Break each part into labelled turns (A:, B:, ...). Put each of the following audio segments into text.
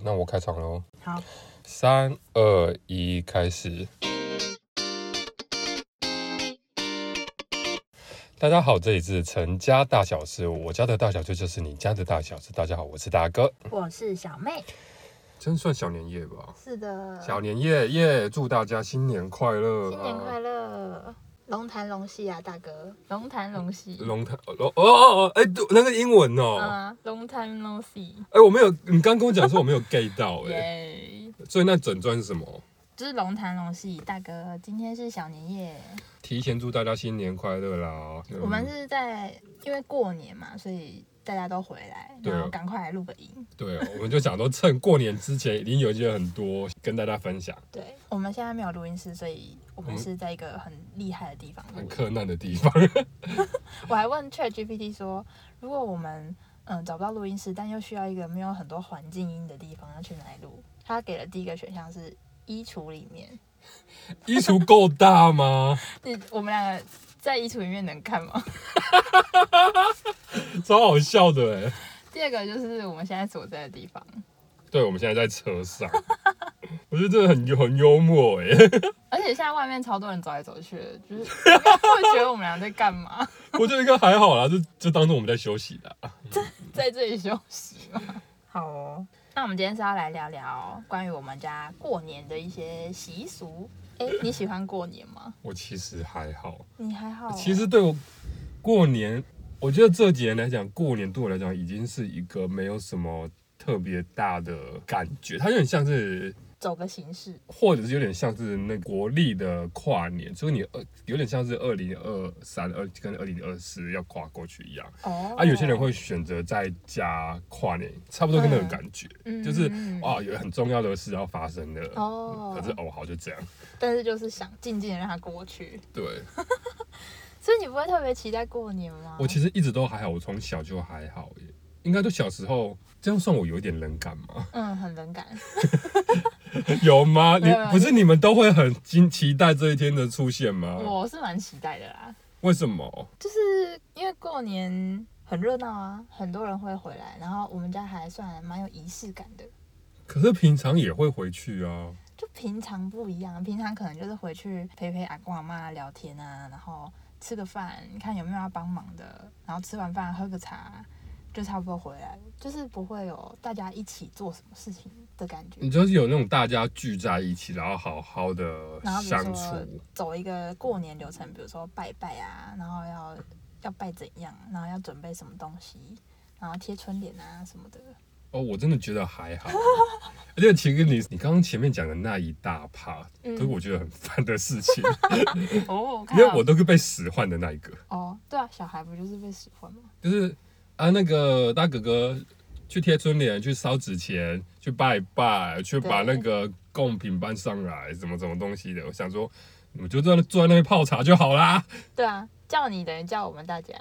A: 那我开场喽，
B: 好，
A: 三二一，开始。大家好，这里是陈家大小事，我家的大小事就是你家的大小事。大家好，我是达哥，
B: 我是小妹。
A: 真算小年夜吧，
B: 是的，
C: 嗯
A: 小年夜耶！祝大家新年快乐、
B: 新
A: 啊，
B: 年快乐，龙潭龙戏啊，大哥，
C: 龙潭龙戏，
A: 龙潭龙哦哦哦，哎、对那个英文哦，哎、
C: 啊，龙潭龙戏，
A: 我没有，你刚跟我讲说我没有 get 到哎、
C: 耶！
A: 所以那整段是什么？
C: 就是龙潭龙戏，大哥，今天是小年夜，
A: 提前祝大家新年快乐啦！嗯
C: 我们是在因为过年嘛，所以大家都回来，
A: 对啊
C: 然后赶快来录个影。
A: 对，我们就想说趁过年之前已经有一些很多跟大家分享
C: 对，我们现在没有录音室，所以我
A: 嗯
C: 们是在一个很厉害的地方录
A: 很
C: 音。
A: 困难的地方。
C: 我还问 Chat GPT 说，如果我们嗯找不到录音室，但又需要一个没有很多环境音的地方，要去哪里录？他给的第一个选项是衣橱里面。
A: 衣橱够大吗？
C: 你我们两个在衣橱里面能看吗？
A: 超好笑的哎、
C: 第二个就是我们现在所在的地方。
A: 对，我们现在在车上，我觉得真的很幽很幽默哎、
C: 而且现在外面超多人走来走去的， 就是会觉得我们俩在干嘛，
A: 我觉得应该还好啦，就就当做我们在休息啦。
C: 在这里休息吗？好哦，那我们今天是要来聊聊关于我们家过年的一些习俗。哎、你喜欢过年吗？
A: 我其实还好，
C: 你还好哦、
A: 其实对我过年，我觉得这几年来讲，过年对我来讲已经是一个没有什么特别大的感觉，它有点像是
C: 走个形式，
A: 或者是有点像是那国历的跨年，就是你二有点像是二零二三二跟二零二四要跨过去一样。
C: 哦
A: 啊，有些人会选择在家跨年，差不多跟那种感觉，
C: 嗯
A: 就是
C: 嗯嗯
A: 哇，有很重要的事要发生了。
C: 哦
A: 可是哦，好就这样。
C: 但是就是想静静的让它过去，
A: 对，
C: 所以你不会特别期待过年吗？
A: 我其实一直都还好，我从小就还好耶，应该都小时候。这样算我有一点冷感 吗？
C: 嗯很冷感，
A: 有吗？你
C: 没有没有
A: 不是你们都会很惊期待这一天的出现吗？
C: 我是蛮期待的啦，
A: 为什么？
C: 就是因为过年很热闹啊，很多人会回来，然后我们家还算蛮有仪式感的，
A: 可是平常也会回去啊。
C: 就平常不一样，平常可能就是回去陪陪阿公阿妈聊天啊，然后吃个饭，看有没有要帮忙的，然后吃完饭喝个茶，就差不多回来了，就是不会有大家一起做什么事情的感觉。
A: 你就是有那种大家聚在一起，然后好好的
C: 然后比
A: 相
C: 如说
A: 处，
C: 走一个过年流程，比如说拜拜啊，然后要要拜怎样，然后要准备什么东西，然后贴春联啊什么的。
A: 哦，我真的觉得还好。 而且其实你你刚刚前面讲的那一大趴，
C: 嗯
A: 都是我觉得很烦的事 情，
C: 哦，我
A: 因
C: 看
A: 为
C: 到
A: 我都是被使唤的那一个，
C: 哦，对啊，小孩不就是被使唤吗？
A: 就是啊那个大哥哥去贴春联、去烧纸钱、去拜拜、去把那
C: 对
A: 个贡品搬上来，什么什么东西的。我想说，你们就坐在坐在那边泡茶就好啦，
C: 对啊，叫你等于叫我们大家。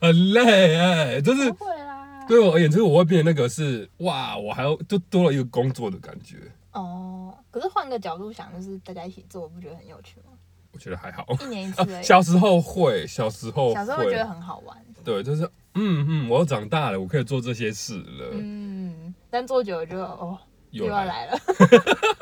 A: 很累哎、就是
C: 不会啦。
A: 对我而言，就是我会变得那个是哇，我还要就多了一个工作的感觉，
C: 哦，可是换个角度想，就是大家一起做，不觉得很有趣吗？
A: 我觉得还好。
C: 一年一次而
A: 啊、
C: 已。
A: 小时候会，小时候
C: 小时候会觉得很好玩，
A: 对，就是嗯嗯，我要长大了，我可以做这些事了。
C: 嗯，但做久了就哦
A: 有
C: 又
A: 啦
C: 要来了。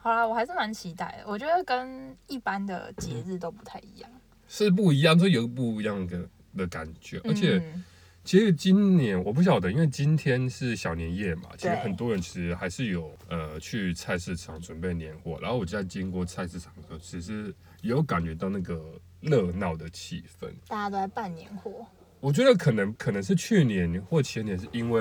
C: 好啦，我还是蛮期待的。我觉得跟一般的节日都不太一样，
A: 是不一样，就有不一样的的感觉。而且、
C: 嗯
A: 其实今年我不晓得，因为今天是小年夜嘛，其实
C: 对
A: 很多人其实还是有呃去菜市场准备年货。然后我就在经过菜市场的时候，其实也有感觉到那个热闹的气氛。
C: 大家都在办年货，
A: 我觉得可能可能是去年或前年是因为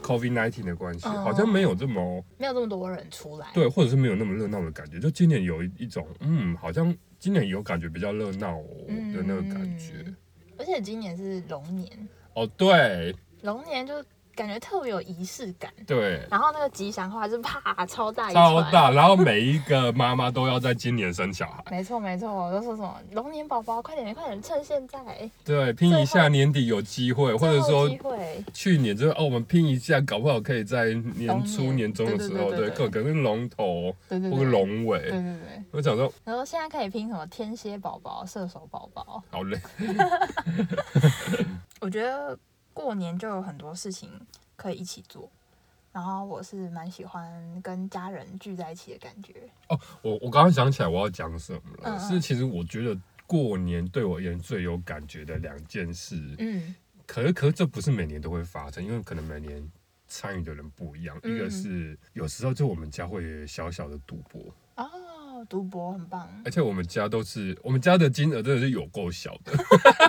A: COVID nineteen 的关系，
C: 哦
A: 好像没有这么
C: 没有这么多人出来。
A: 对，或者是没有那么热闹的感觉。就今年有一一种嗯，好像今年有感觉比较热闹哦
C: 嗯
A: 的那个感觉。
C: 而且今年是龙年，
A: 哦，对
C: 龙年就感觉特别有仪式感。
A: 对，
C: 然后那个吉祥话是啪超大一
A: 超
C: 串，
A: 大。然后每一个妈妈都要在今年生小 孩，
C: 没错没错，我都说什么龙年宝宝，快点快点，趁现在，
A: 对，拼一下年底有机会，或者
C: 最后
A: 说
C: 机会，
A: 去年就是哦，我们拼一下，搞不好可以在年初
C: 龙年
A: 年中的时候，
C: 对对对对
A: 可可能是龙头
C: 对对
A: 或者
C: 对，
A: 龙
C: 对
A: 尾。
C: 对对。
A: 我想说，
C: 然后现在可以拼什么天蝎宝宝、射手宝宝，
A: 好累。
C: 我觉得过年就有很多事情可以一起做，然后我是蛮喜欢跟家人聚在一起的感觉。
A: 哦，我我刚刚想起来我要讲什么了，
C: 嗯嗯
A: 是其实我觉得过年对我而言最有感觉的两件事，
C: 嗯
A: 可是可是这不是每年都会发生，因为可能每年参与的人不一样，
C: 嗯
A: 一个是有时候就我们家会小小的赌博，
C: 哦，赌博很棒，
A: 而且我们家都是我们家的金额真的是有够小的，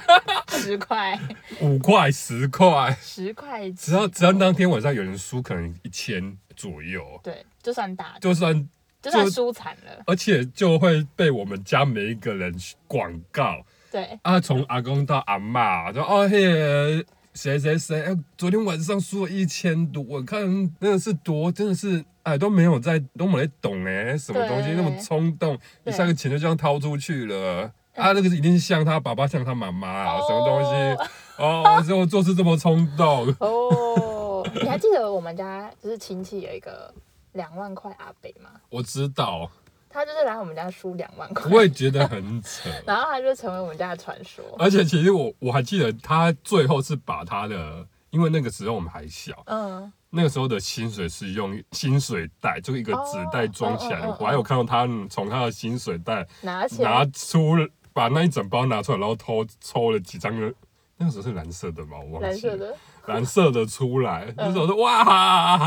C: 十块
A: 五块十块，
C: 十块起
A: 只要只要
C: 步
A: 当天晚上有人输，可能一千左右，
C: 对，就算打，
A: 就算
C: 就算
A: 就
C: 输惨了，
A: 而且就会被我们家每一个人广告。
C: 对，
A: 啊，从阿公到阿妈，说哦嘿，谁谁谁，哎昨天晚上输了一千多，我看真的是多，真的是哎都没有在都没在懂哎，什么东西
C: 对
A: 那么冲动，一
C: 对
A: 下个钱就这样掏出去了。啊，那个是一定是像他爸爸，像他妈妈、啊，什么东西哦，所以我做事这么冲动。
C: 哦，你还记得我们家就是亲戚有一个两万块阿北吗？
A: 我知道，
C: 他就是来我们家输两万块，
A: 我也觉得很扯。
C: 然后他就成为我们家的传说。
A: 而且其实我我还记得他最后是把他的，因为那个时候我们还小，
C: 嗯，
A: 那个时候的薪水是用薪水袋，就一个纸袋装起来的。
C: 哦嗯嗯嗯
A: 我还有看到他从他的薪水袋
C: 拿钱
A: 拿出了，把那一整包拿出来，然后偷抽了几张的，那个时候是蓝色的吗？我忘记了
C: 蓝色，的，嗯
A: 蓝色的出来。那时候我说哇，
C: 哇，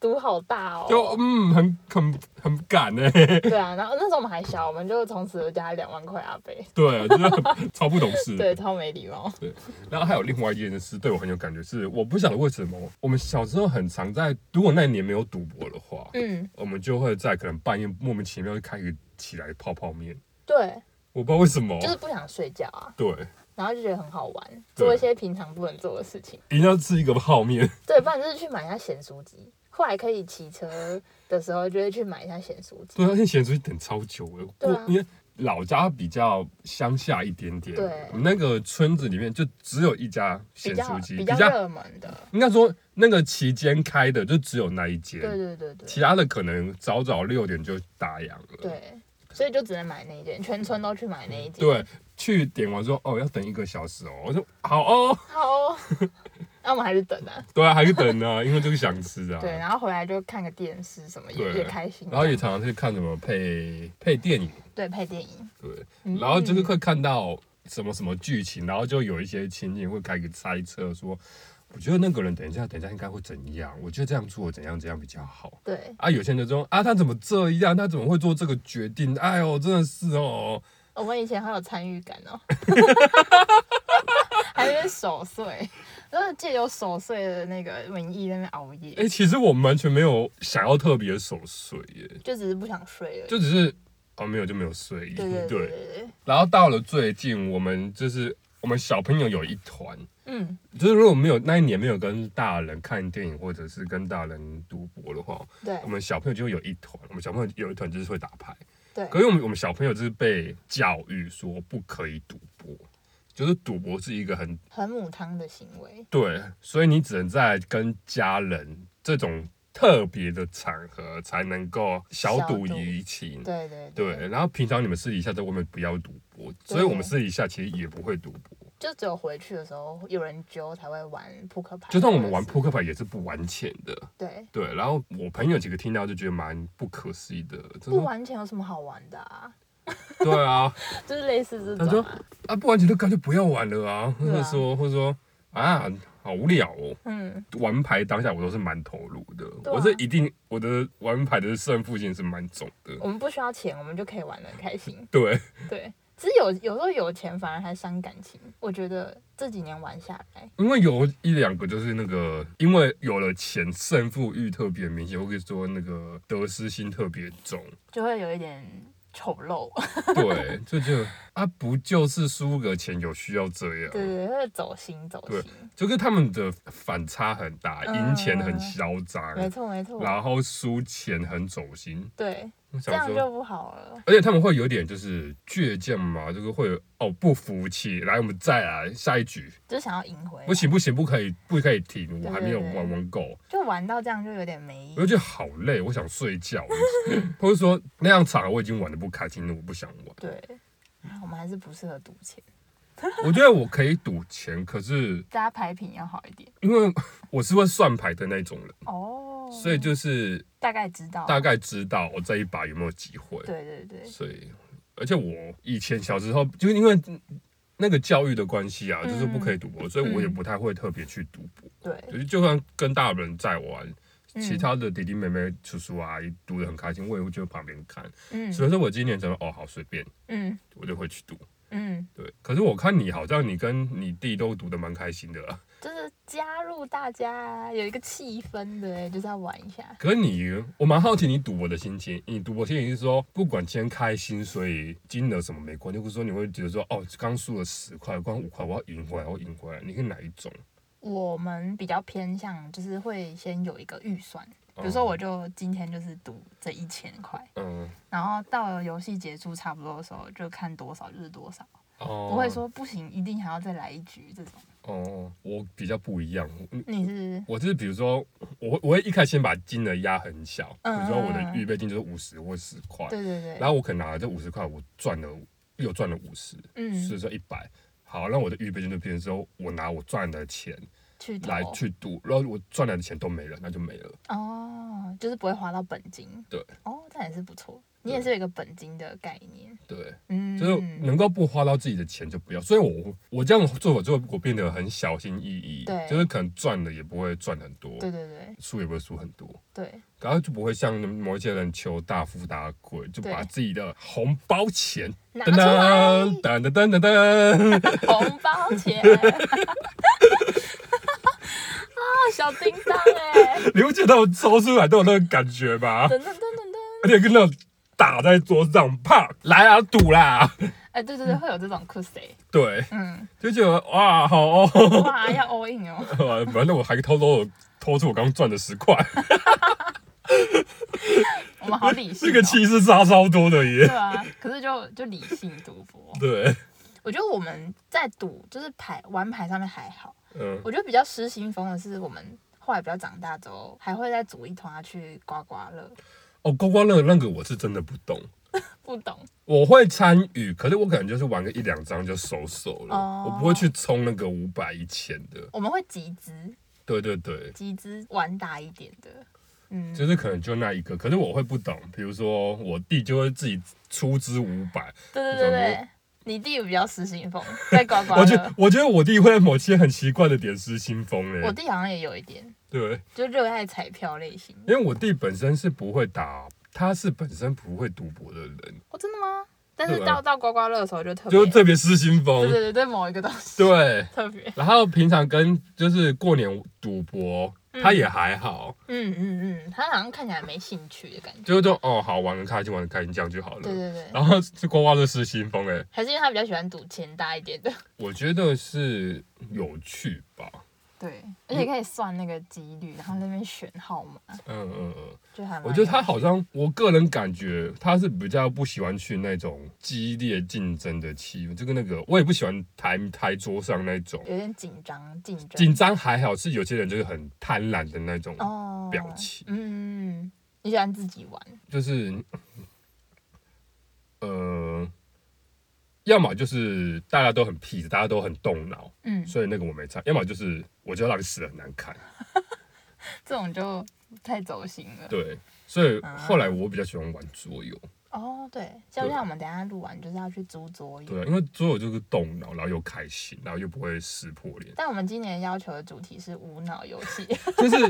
C: 赌好大哦。
A: 就嗯，很很很敢哎、欸，
C: 对啊，然后那时候我们还小，我们就从此就加两万块阿北，
A: 对，真的很超不懂事。
C: 对，超没礼貌。
A: 对，然后还有另外一件事对我很有感觉是，我不晓得为什么我们小时候很常在，如果那一年没有赌博的话，
C: 嗯，
A: 我们就会在可能半夜莫名其妙就开始起来泡泡面，
C: 对，
A: 我不知道为什么。
C: 就是不想睡觉啊，
A: 对，
C: 然后就觉得很好玩，
A: 对
C: 做一些平常不能做的事情。
A: 一定要吃一个泡面。
C: 对，不然就是去买一下咸酥鸡。后来可以骑车的时候，就会去买一下咸酥鸡。
A: 对啊，那咸酥鸡等超久了。
C: 对啊
A: 我因为老家比较乡下一点点，
C: 对
A: 我们那个村子里面就只有一家
C: 比
A: 咸
C: 较
A: 酥鸡，
C: 比较热门的，
A: 应该说那个期间开的就只有那一间，
C: 对对对
A: 嗯
C: 对
A: 其他的可能早早六点就打烊了。
C: 对，所以就只能买那一件，全村都去买那一件。，
A: 对，去点完之后，哦，要等一个小时哦。我说好哦，
C: 好、哦， 那我们还是等 啊。
A: 对啊，还是等啊，因为就是想吃啊。
C: 对，然后回来就看个电视什么，也
A: 对
C: 也开心。
A: 然后也常常去看什么配配电影，
C: 对配电影，
A: 对，
C: 嗯
A: 然后就是会看到什么什么剧情，然后就有一些情景会开始猜测说，我觉得那个人等一下等一下应该会怎样，我觉得这样做怎样怎样比较好。
C: 对，
A: 啊，有些人就说啊，他怎么这样？他怎么会做这个决定？哎呦，真的是哦，
C: 我们以前好有参与感 哦，还在那边守岁，然后借由守岁的那个名义在那边熬夜，
A: 哎、其实我们完全没有想要特别守岁耶，
C: 就只是不想睡而已。
A: 就只是哦没有就没有睡意，
C: 对对对对对，
A: 然后到了最近，我们就是我们小朋友有一团，
C: 嗯，
A: 就是如果没有那一年没有跟大人看电影或者是跟大人赌博的话，
C: 对
A: 我们小朋友就会有一团，我们小朋友有一团就是会打牌。
C: 对
A: 可是我们我们小朋友就是被教育说不可以赌博，就是赌博是一个很
C: 很母汤的行为。
A: 对，所以你只能在跟家人这种特别的场合才能够小赌
C: 小赌
A: 怡情。
C: 对对对，
A: 嗯对，然后平常你们私底下在外面不要赌博，所以我们私底下其实也不会赌博。
C: 就只有回去的时候有人揪才会玩扑克牌。
A: 就算我们玩
C: 或者
A: 扑克牌也是不玩钱的，
C: 是对，
A: 对。然后我朋友几个听到就觉得蛮不可思议的，他
C: 不
A: 说
C: 玩钱有什么好玩的啊？
A: 对啊，
C: 就是类似这
A: 他说
C: 种啊、
A: 啊不玩钱就干脆不要玩了啊，或
C: 对啊
A: 者说或者说啊好无聊哦。
C: 嗯，
A: 玩牌当下我都是蛮投入的，
C: 对啊
A: 我是一定我的玩牌的胜负心是蛮重的，
C: 我们不需要钱，我们就可以玩的开心。
A: 对
C: 对，只是有有时候有钱反而还伤感情。我觉得这几年玩下来，
A: 因为有一两个就是那个，因为有了钱，胜负欲特别明显，我可以说那个得失心特别重。
C: 就会有一点丑陋，
A: 对，就觉得啊，不就是输个钱有需要这样？
C: 对对对，会走心走
A: 对
C: 心。
A: 就跟他们的反差很大，
C: 嗯
A: 赢钱很嚣张，
C: 没错没错，
A: 然后输钱很走心。
C: 对，
A: 我
C: 这
A: 想
C: 样就
A: 说，
C: 不好了。
A: 而且他们会有点就是倔强嘛，就是会有哦不服气，来我们再来下一局，
C: 就想要赢回来，
A: 不行不行，不可以不可以停，我
C: 哎对
A: 还没有
C: 对对
A: 玩玩够。
C: 就玩到这样就有点没意
A: 我就
C: 义。
A: 觉得好累，我想睡觉，或者说那样场我已经玩的不开心了，我不想玩。
C: 对，啊我们还是不适合赌钱，
A: 我觉得我可以赌钱，可是
C: 大家牌品要好一点。
A: 因为我是会算牌的那种人，
C: 哦，哦，
A: 所以就是
C: 大概知道，
A: 大概知道我这一把有没有机会。
C: 对对对，
A: 所以，而且我以前小时候就是因为那个教育的关系啊，
C: 嗯
A: 就是不可以赌博，所以我也
C: 嗯
A: 不太会特别去赌博。就
C: 对，
A: 是就算跟大人在玩，
C: 嗯
A: 其他的弟弟妹妹、叔叔阿姨赌的很开心，我也会就旁边看。
C: 嗯
A: 所以说我今年想说，哦，好随便，
C: 嗯
A: 我就会去赌。
C: 嗯，
A: 对，可是我看你好像你跟你弟都赌的蛮开心的啊啦，
C: 就是加入大家有一个气氛的欸，就是要玩一下，
A: 可是你，我蛮好奇你赌博的心情。你赌博心情是说，不管今天开心，所以金额什么没关系，或者说你会觉得说，哦，刚输了十块，光五块，我要赢回来，我要赢回来。你是哪一种？
C: 我们比较偏向就是会先有一个预算，比
A: 哦
C: 如说我就今天就是赌这一千块，
A: 嗯，
C: 然后到了游戏结束差不多的时候就看多少就是多少，
A: 哦，
C: 不会说不行一定还要再来一局这种。
A: 哦，我比较不一样。我
C: 你是
A: 我就是比如说，我会我会一开始先把金额压很小，比
C: 嗯
A: 如说我的
C: 嗯
A: 预备金就是五十或十块，
C: 对对对，
A: 然后我可能拿了这五十块，我赚了又赚了五十，所以
C: 嗯
A: 说一百。好，那我的预备金就变成说，我拿我赚的钱
C: 去投
A: 来去赌，然后我赚来的钱都没了，那就没了。
C: 哦，就是不会花到本金。
A: 对，
C: 哦，这样也是不错，你
A: 对
C: 也是有一个本金的概念。
A: 对，
C: 嗯，
A: 就是能够不花到自己的钱就不要。所以我我这样做法之后，我变得很小心翼翼，
C: 对
A: 就是可能赚了也不会赚很多，
C: 对对对
A: 输也不会输很多。
C: 对
A: 然后就不会像某一些人求大富大贵，就
C: 对
A: 把自己的红包钱
C: 拿
A: 噔噔噔噔噔噔噔， 噔
C: 红 包钱。啊，小叮当哎、
A: 你会觉得我抽出来都有那个感觉吧？
C: 噔噔噔噔噔，
A: 而且跟那种打在桌上，啪，来啊，赌啦！
C: 哎、对对
A: 嗯
C: 对，会有这种 c u s
A: 对，
C: 嗯，
A: 就觉得哇，好哦。
C: 哇，要 all in 哦，
A: 呃反正我还偷偷地偷出我刚赚的十块，
C: 我们好理性、哦，
A: 这个气势差超多的
C: 对
A: 耶。
C: 啊，可是就就理性赌博，
A: 对，
C: 我觉得我们在赌就是牌玩牌上面还好，
A: 嗯，
C: 我觉得比较失心疯的是我们后来比较长大之后，还会再组一团啊去刮刮乐，
A: 哦，刮刮乐那个我是真的不懂，
C: 不懂
A: 我会参与，可是我可能就是玩个一两张就收手了，
C: 哦
A: 我不会去冲那个五百一千的。
C: 我们会集资，
A: 对对对，
C: 集资玩大一点的，嗯，
A: 就是可能就那一个，可是我会不懂，比如说我弟就会自己出资五百，
C: 对对
A: 你怎
C: 对对，你弟比较失心疯，在刮刮
A: 我觉得
C: 乐，
A: 我觉得我弟会在某些很奇怪的点失心疯哎、
C: 我弟好像也有一点，
A: 对，
C: 就热爱彩票类型。
A: 因为我弟本身是不会打，他是本身不会赌博的人，
C: 哦，真的吗？但是
A: 对啊
C: 到到刮刮乐的时候就特别，
A: 就特别失心疯
C: 对。对对对某一个东西
A: 对，啊
C: 特别，
A: 然后平常跟就是过年赌博，他也还好，
C: 嗯嗯嗯，他好像看起来没兴趣的感觉。
A: 就是说哦好玩的开心，玩的开心这样就好了。
C: 对对对，
A: 然后这刮刮乐失心疯哎、
C: 还是因为他比较喜欢赌钱大 一点的。
A: 我觉得是有趣吧，
C: 对，而且可以算那个几率，然后那边选号码，
A: 嗯嗯嗯，
C: 就还蛮
A: 我觉得他好像，我个人感觉他是比较不喜欢去那种激烈竞争的气氛，就跟那个我也不喜欢台台桌上那种
C: 有点紧张竞争
A: 紧张还好，是有些人就是很贪婪的那种，
C: 哦
A: 表情
C: 嗯，嗯嗯你喜欢自己玩，
A: 就是呃，要么就是大家都很痞子，大家都很动脑，
C: 嗯，
A: 所以那个我没参；要么就是我就让你死得很难看，
C: 这种就太走心了。
A: 对。所以
C: 啊
A: 后来我比较喜欢玩桌游，
C: 哦，对，像不像我们等一下录完就是要去租桌游？
A: 对啊，因为桌游就是动脑，然后又开心，然后又不会撕破脸。
C: 但我们今年要求的主题是无脑游 戏，
A: 就是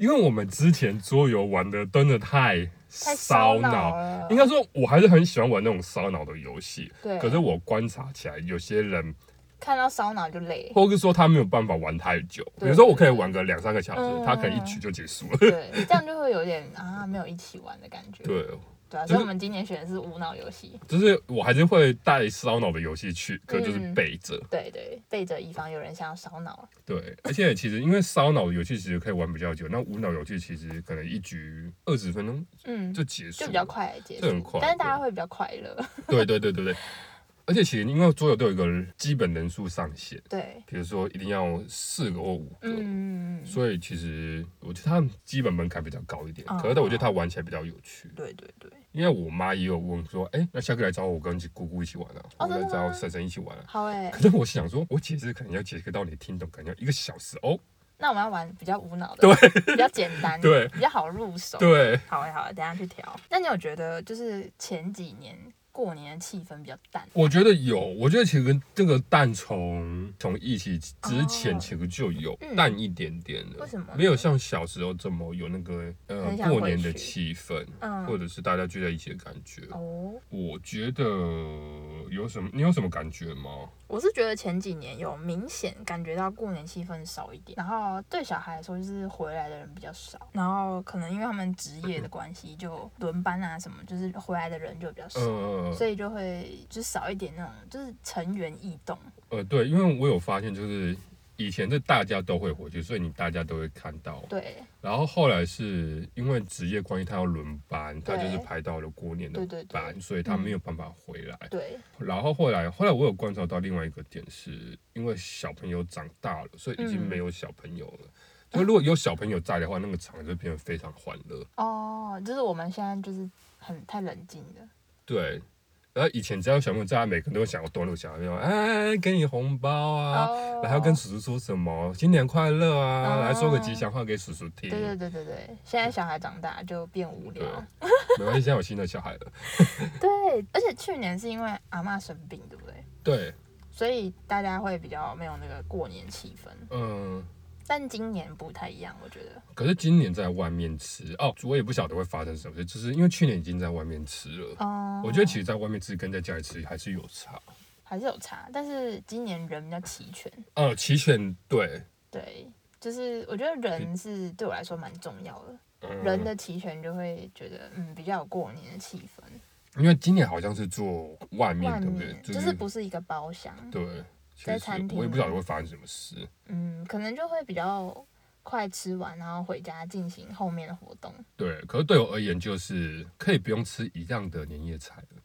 A: 因为我们之前桌游玩的真的太
C: 太烧
A: 烧
C: 脑
A: 脑，
C: 了。
A: 应该说我还是很喜欢玩那种烧脑的游戏。
C: 对，
A: 可是我观察起来，有些人，
C: 看到烧脑就累。
A: 或是说他没有办法玩太久，比
C: 对
A: 如说我可以玩个两三个小
C: 嗯
A: 时，他可能一局就结 束了。
C: 对，这样就会有点啊，没有一起玩的感觉。
A: 对，
C: 对啊，
A: 就是
C: 所以我们今年选的是无脑游戏。
A: 就是我还是会带烧脑的游戏去，可就是
C: 嗯
A: 背着。
C: 对对，背着以防有人想要烧脑。
A: 对，而且其实因为烧脑的游戏其实可以玩比较久，那无脑游戏其实可能一局二十分钟
C: 嗯，
A: 就结束，
C: 就比较。快结
A: 这很
C: 束
A: 快，
C: 但是大家
A: 对
C: 会比较快乐。
A: 对对对对对，而且其实因为桌游都有一个基本人数上限，
C: 对，
A: 比如说一定要四个或五个，
C: 嗯，
A: 所以其实我觉得它基本门槛比较高一点，
C: 哦
A: 可是我觉得它玩起来比较有趣。
C: 对对对，
A: 因为我妈也有问说，哎、那下课来找我跟姑姑一起玩啊，
C: 哦
A: 或者
C: 真的
A: 找
C: 吗
A: 婶婶一起玩啊。
C: 好哎
A: 可，是我想说，我解释可能要解释到你听懂，可能要一个小时哦。
C: 那我们要玩比较无脑的，
A: 对
C: 比较简单，
A: 对
C: 比较好入手。
A: 对，
C: 好欸好欸，等一下去调。那你有觉得就是前几年过年的气氛比较淡？
A: 我觉得有，我觉得其实这个蛋从从疫情之前
C: 哦
A: 其实就有
C: 嗯
A: 淡一点点了，
C: 为什么呢
A: 没有像小时候这么有那个呃
C: 很想
A: 过年的
C: 回去
A: 气氛，
C: 嗯
A: 或者是大家聚在一起的感觉。
C: 哦，
A: 我觉得有什么？你有什么感觉吗？
C: 我是觉得前几年有明显感觉到过年气氛少一点，然后对小孩来说就是回来的人比较少，然后可能因为他们职业的关系，就轮班啊什么，就是回来的人就比较少。
A: 呃
C: 所以就会就少一点那种，就是成员异动，
A: 呃，对，因为我有发现，就是以前是大家都会回去，所以你大家都会看到。
C: 对
A: 然后后来是因为职业关系，他要轮班，他
C: 对
A: 就是排到了过年的
C: 对对嗯对
A: 班，所以他没有办法回来。
C: 对，
A: 然后后来，后来我有观察到另外一个点是，因为小朋友长大了，所以已经
C: 嗯
A: 没有小朋友了。就如果有小朋友在的话，那个场就变得非常欢乐。
C: 哦，就是我们现在就是很太冷静了，
A: 对，然后以前只要有小朋友在，每个人都会想要端那个小朋友，哎，给你红包啊，
C: 哦
A: 然后跟叔叔说什么新年快乐啊，
C: 哦
A: 来说个吉祥话给叔叔听。
C: 对对对对对，现在小孩长大就变无聊
A: 对。啊没关系，现在有新的小孩了。
C: 对，而且去年是因为阿嬷生病，对不对？
A: 对，
C: 所以大家会比较没有那个过年气氛，
A: 嗯，
C: 但今年不太一样，我觉得。
A: 可是今年在外面吃哦，我也不晓得会发生什么事，就是因为去年已经在外面吃了。
C: 哦、
A: 我觉得其实在外面吃跟在家里吃还是有差。
C: 还是有差，但是今年人比较齐全，
A: 呃，齐全对，
C: 对，就是我觉得人是对我来说蛮重要的，
A: 嗯
C: 人的齐全就会觉得嗯比较有过年的气氛。
A: 因为今年好像是做外面，
C: 外
A: 对不嗯对
C: 面？就是不是一个包厢，
A: 对，其
C: 在
A: 实
C: 餐厅
A: 我也不晓得会发生什么事。
C: 嗯，可能就会比较快吃完，然后回家进行后面的活动，
A: 对，可是对我而言，就是可以不用吃一样的年夜菜了，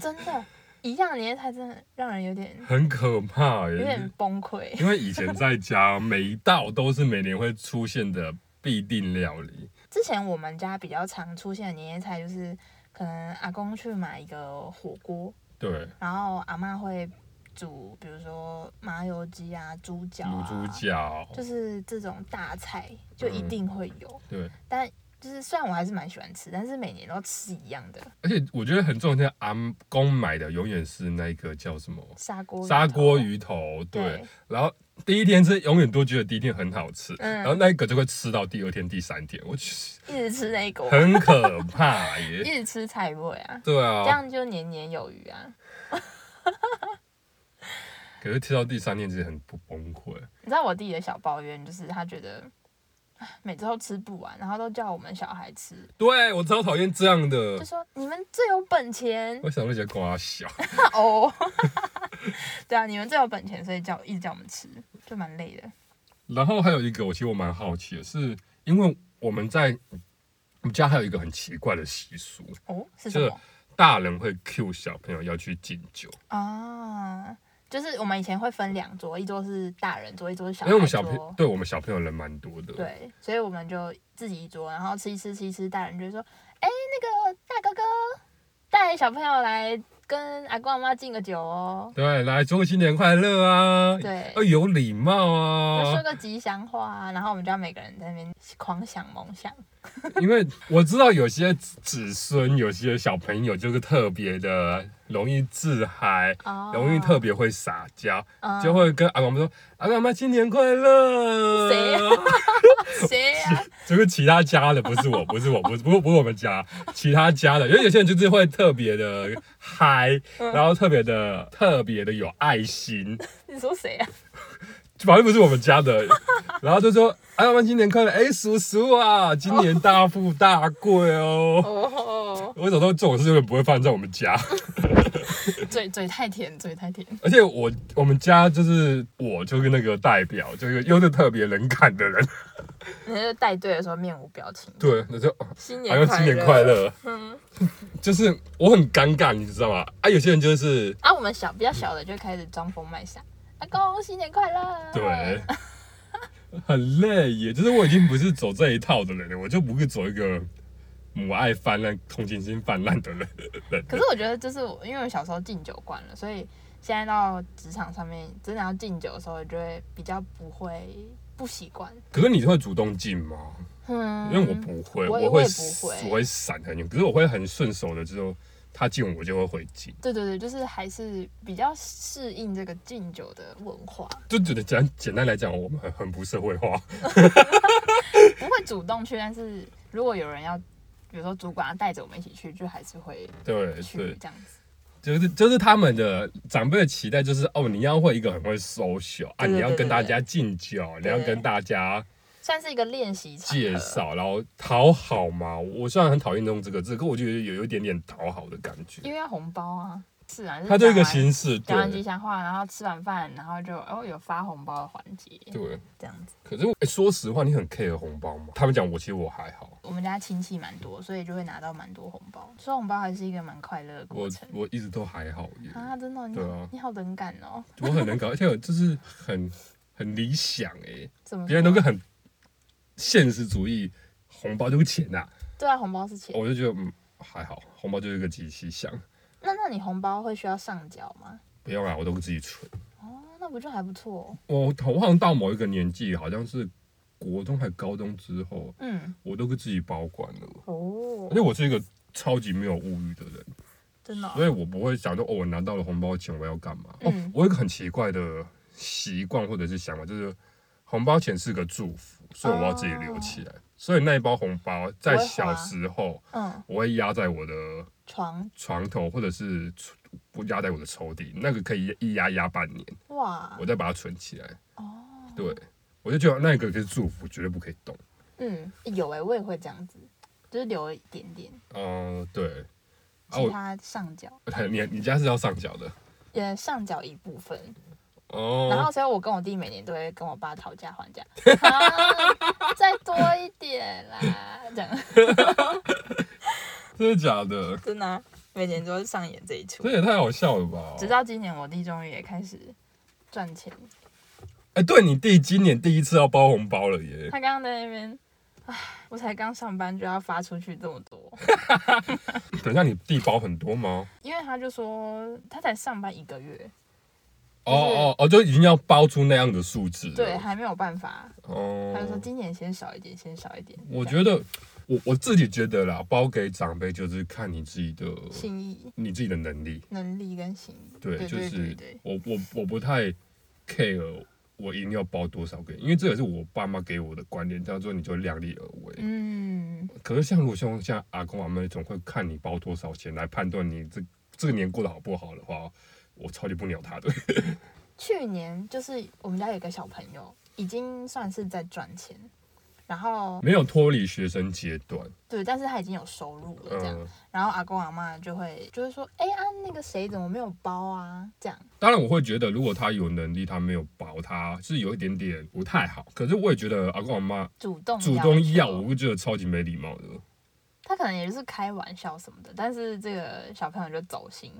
C: 真的，一样的年夜菜真的让人有点
A: 很可怕
C: 有点
A: 耶。
C: 崩溃。
A: 因为以前在家，每一道都是每年会出现的必定料理。
C: 之前我们家比较常出现的年夜菜就是，可能阿公去买一个火锅，
A: 对，
C: 然后阿嬷会煮，比如说麻油鸡啊、猪脚
A: 卤
C: 啊，
A: 猪脚，嗯
C: 就是这种大菜就一定会有。
A: 对，
C: 但就是虽然我还是蛮喜欢吃，但是每年都吃一样的
A: 而且我觉得很重要，是阿公买的永远是那个叫什么
C: 砂锅
A: 砂锅
C: 鱼
A: 鱼头，
C: 头。
A: 对，，然后第一天吃，永远都觉得第一天很好吃，
C: 嗯
A: 然后那一个就会吃到第二天、第三天，我去，
C: 一直吃那一锅，
A: 很可怕
C: 一
A: 耶。
C: 直吃菜味啊，
A: 对
C: 这
A: 啊，
C: 样就年年有余啊。
A: 可是吃到第三天其实很不崩溃。
C: 你知道我弟的小抱怨就是他觉得。唉每次都吃不完，然后都叫我们小孩吃，
A: 对我超讨厌这样的
C: 就，说你们最有本钱
A: 我想那些瓜小，
C: 哦。 对啊，你们最有本钱，所以叫一直叫我们吃，就蛮累的。
A: 然后还有一个，我其实我蛮好奇的是，因为我们在我们家还有一个很奇怪的习俗，
C: 哦，是什
A: 就
C: 么
A: 是？大人会 cue 小朋友要去敬酒，
C: 啊，就是我们以前会分两桌，一桌是大人桌，一桌是小
A: 因
C: 孩
A: 为我
C: 桌。
A: 们小朋友对我们小朋友人蛮多的，，
C: 对，所以我们就自己一桌，然后吃一吃吃一吃，大人就说：“哎、那个大哥哥，带小朋友来跟阿公阿妈敬个酒哦，
A: 对，来祝新年快乐啊，
C: 对
A: 要有礼貌
C: 就说
A: 啊，
C: 个吉祥话啊。”然后我们就要每个人在那边狂想猛想，
A: 因为我知道有些子孙，有些小朋友就是特别的容易自嗨，
C: 哦，
A: 容易特别会撒娇，
C: 嗯
A: 就会跟阿公阿嬷说：“阿公阿妈新年快乐。”啊
C: 谁啊呀谁啊呀、
A: 就是其他家的，不是我，不 是我，不是不是不是我们家，其他家的，因为有些人就是会特别的嗨，然后特别的特别的有爱心，
C: 你说谁啊呀、
A: 反正不是我们家的，然后就说：“阿公阿妈新年快乐！”哎、叔叔啊，今年大富大贵哦。
C: 哦，
A: 我想说这种事永远不会发生在我们家，
C: 嘴嘴太甜，嘴太甜。
A: 而且我我们家就是我就是那个代表，就是又是特别能干的人。
C: 你就带队的时候面无表情，
A: 对，那就
C: 新
A: 好像
C: 年
A: 新年快乐。嗯就是我很尴尬，你知道吗？啊，有些人就是
C: 啊，我们小比较小的就开始装疯卖傻，阿公新年快乐。
A: 对，很累耶。就是我已经不是走这一套的人了，我就不是走一个母爱泛滥、同情心泛滥的人。
C: 可是我觉得，就是我因为我小时候敬酒惯了，所以现在到职场上面真的要敬酒的时候，就会比较不会不不习惯。
A: 可是你会主动进吗？
C: 嗯，
A: 因为我不会，
C: 我也
A: 我
C: 嗯我
A: 会
C: 也不会
A: 我会闪很远，可是我会很顺手的，就他进我就会回进，
C: 对对对，就是还是比较适应这个敬酒的文 化，
A: 就觉得简简单来讲，我们很很不社会化。
C: 嗯不会主动去，但是如果有人要，比如说主管要带着我们一起去，就还是会
A: 对
C: 去
A: 对，
C: 这样子。
A: 就是就是他们的长辈的期待就是哦，你要会一个很会 social 啊，
C: 对对
A: 你要
C: 对
A: 跟
C: 对
A: 大
C: 对
A: 家敬酒，你要
C: 对
A: 跟大家
C: 算是一个练习场合
A: 介，绍，然后讨好嘛。我虽然很讨厌用这个字，可我觉得有有一点点讨好的感觉。
C: 因为要红包啊，是啊，
A: 它就一个形
C: 形
A: 式，
C: 讲完吉
A: 对
C: 祥话，然后吃完饭，然后就哦有发红包的环节，
A: 对。
C: 这样子。
A: 可是我、欸说实话，你很 care 红包吗？他们讲我其实我还好，
C: 我们家亲戚蛮多，所以就会拿到蛮多红包，收红包还是一个蛮快啊乐的过
A: 我
C: 程。
A: 我一直都还好耶，
C: 啊，真的哦，你
A: 对
C: 好、
A: 啊
C: 你好能感哦，
A: 我很能搞，而且我就是很很理想哎、
C: 怎么说
A: 别人都跟很现实主义，红包就是钱呐、
C: 对啊，红包是钱。
A: 我就觉得嗯还好，红包就是一个机器箱，
C: 那那你红包会需要上缴吗？
A: 不用啦，我都自己存。
C: 哦，那不就还不错、哦。
A: 我我好像到某一个年纪，好像是国中还高中之后，
C: 嗯，
A: 我都是自己保管了，
C: 哦
A: 而且，我是一个超级没有物欲的人。
C: 真的、
A: 所以我不会想说哦，我拿到了红包钱我要干嘛？哦
C: 嗯，
A: 我有一个很奇怪的习惯或者是想法，就是红包钱是个祝福，所以我要自己留起
C: 哦
A: 来。所以那一包红包在小时候，
C: 嗯，
A: 我会压在我的
C: 床
A: 床头或者是不压在我的抽屉，那个可以一压压半年，
C: 哇
A: 我，再把它存起来。
C: 哦，
A: 对，我就觉得那个是祝福，绝对不可以动。
C: 嗯，有哎、我也会这样子，就是留一点点，
A: 嗯、对。 啊，
C: 其
A: 我
C: 他上缴，
A: 你你家是要上缴的
C: 也上缴一部分。
A: 哦。
C: 然后，所以我跟我弟每年都会跟我爸讨价还价，啊再多一点啦，这样
A: 真的假的？
C: 真的啊、每年都会上演这一出
A: 这。也太好笑了吧！
C: 直到今年，我弟终于也开始赚钱。
A: 哎、对你弟今年第一次要包红包了 耶！
C: 他刚刚在那边，唉，我才刚上班就要发出去这么多，
A: 等一下，你弟包很多吗？
C: 因为他就说他才上班一个月，
A: 哦哦哦，就已经要包出那样的数字了。
C: 对，还没有办法，他就说
A: 哦，
C: 今年先少一点，先少一点。
A: 我
C: 得
A: 觉得我我自己觉得啦，包给长辈就是看你自己的
C: 心意、
A: 你自己的能力。
C: 能力跟心意，
A: 对，
C: 对
A: 就
C: 对对
A: 是
C: 对，
A: 我我我不太 care 我一定要包多少给你，因为这也是我爸妈给我的观念，叫做你就量力而为。
C: 嗯，
A: 可是像如果像像阿公阿妈总会看你包多少钱来判断你这这个年过得好不好的话，我超级不鸟他的。
C: 去年就是我们家有一个小朋友，已经算是在赚钱，然后
A: 没有脱离学生阶段，
C: 对，但是他已经有收入了这样，
A: 嗯，
C: 然后阿公阿妈就会就会说，哎、啊那个谁怎么没有包啊？这样，
A: 当然我会觉得，如果他有能力，他没有保他是有一点点不太好。可是我也觉得阿公阿妈
C: 主动
A: 主动要，
C: 求
A: 我会觉得超级没礼貌的。
C: 他可能也就是开玩笑什么的，但是这个小朋友就走心，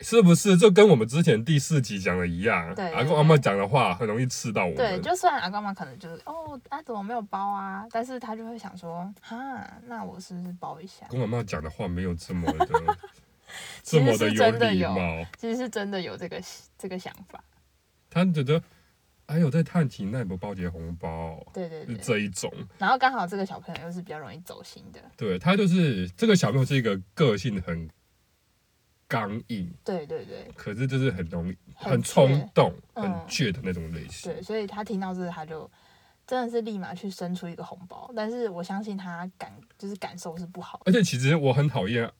A: 是不是？就跟我们之前第四集讲的一样，
C: 对对
A: 阿公阿妈讲的话很容易刺到我们。
C: 对，就虽然阿公妈可能就是哦，啊怎么没有包啊，但是他就会想说，哈，那我是不是包一下
A: 阿？公阿妈讲的话没有这么的 这
C: 其实
A: 么
C: 是
A: 有
C: 真的
A: 礼
C: 有
A: 貌。
C: 其实是真的有这个这个想法，
A: 他觉得还有在探亲，那也不包结红包，
C: 对对
A: 是
C: 对，
A: 嗯这一种。
C: 然后刚好这个小朋友又是比较容易走心的，
A: 对他就是这个小朋友是一个个性很刚硬，
C: 对对对
A: 可是就是很容易、
C: 很
A: 很冲
C: 倔
A: 动、很
C: 嗯
A: 倔的那种类型。
C: 对，所以他听到这个他就真的是立马去生出一个红包，但是我相信他感就是感受是不好的，
A: 而且其实我很讨厌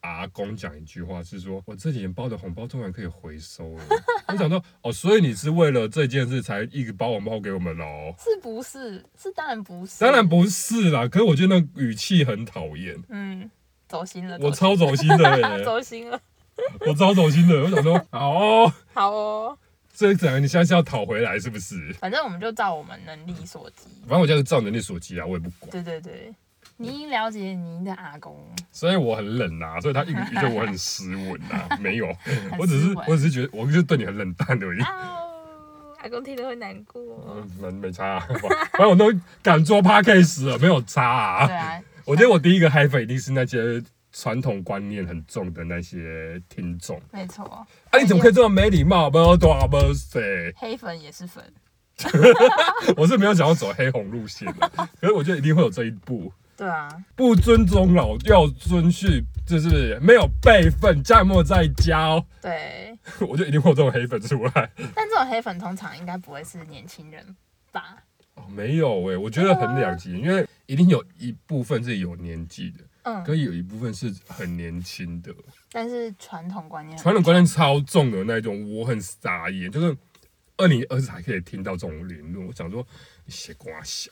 A: 阿公讲一句话，是说我这几年包的红包终然可以回收了。 我想说，哦，所以你是为了这件事才一直包红包给我们喽？
C: 是不是？是当然不是，
A: 当然，不是啦，可是我觉得那语气很讨厌，
C: 嗯，走心了，
A: 我超
C: 走心
A: 走心的耶，
C: 走心了，
A: 我超走心的。我想说，好哦，
C: 好哦。
A: 这一整你现在是要讨回来是不是？
C: 反正我们就照我们能力所及。
A: 反正我就是照能力所及啊，我也不管，
C: 对对对，您了解您的阿公，
A: 所以我很冷啊，所以他一直觉得我很斯文啊，没有，
C: 很
A: 我只
C: 斯
A: 是
C: 文哦
A: 我只是觉得我就是对你很冷淡而已。
C: 啊，阿公听了会难过哦
A: 嗯。，没没差、啊，反正我都敢做 podcast 了，没有差
C: 对
A: 啊。
C: 啊，
A: 我觉得我第一个 hyphen 一定是那些传统观念很重的那些听众。
C: 没错。
A: 啊，你怎么可以这么没礼貌？不要多不谁？
C: 黑粉也是粉，
A: 我是没有想要走黑红路线的，可是我觉得一定会有这一步。
C: 对啊，
A: 不尊重老，要遵循，就是没有辈分，战莫在家哦。
C: 对。
A: 我就一定会有这种黑粉出来。
C: 但这种黑粉通常应该不会是年轻人吧？
A: 哦，没有诶、我觉得很两
C: 啊
A: 极，因为一定有一部分是有年纪的，
C: 嗯，
A: 可有一部分是很年轻的，
C: 但是传统观念很，
A: 传统观念超重的那一种，我很傻眼，就是二零二四还可以听到这种言论，我想说你写瓜小，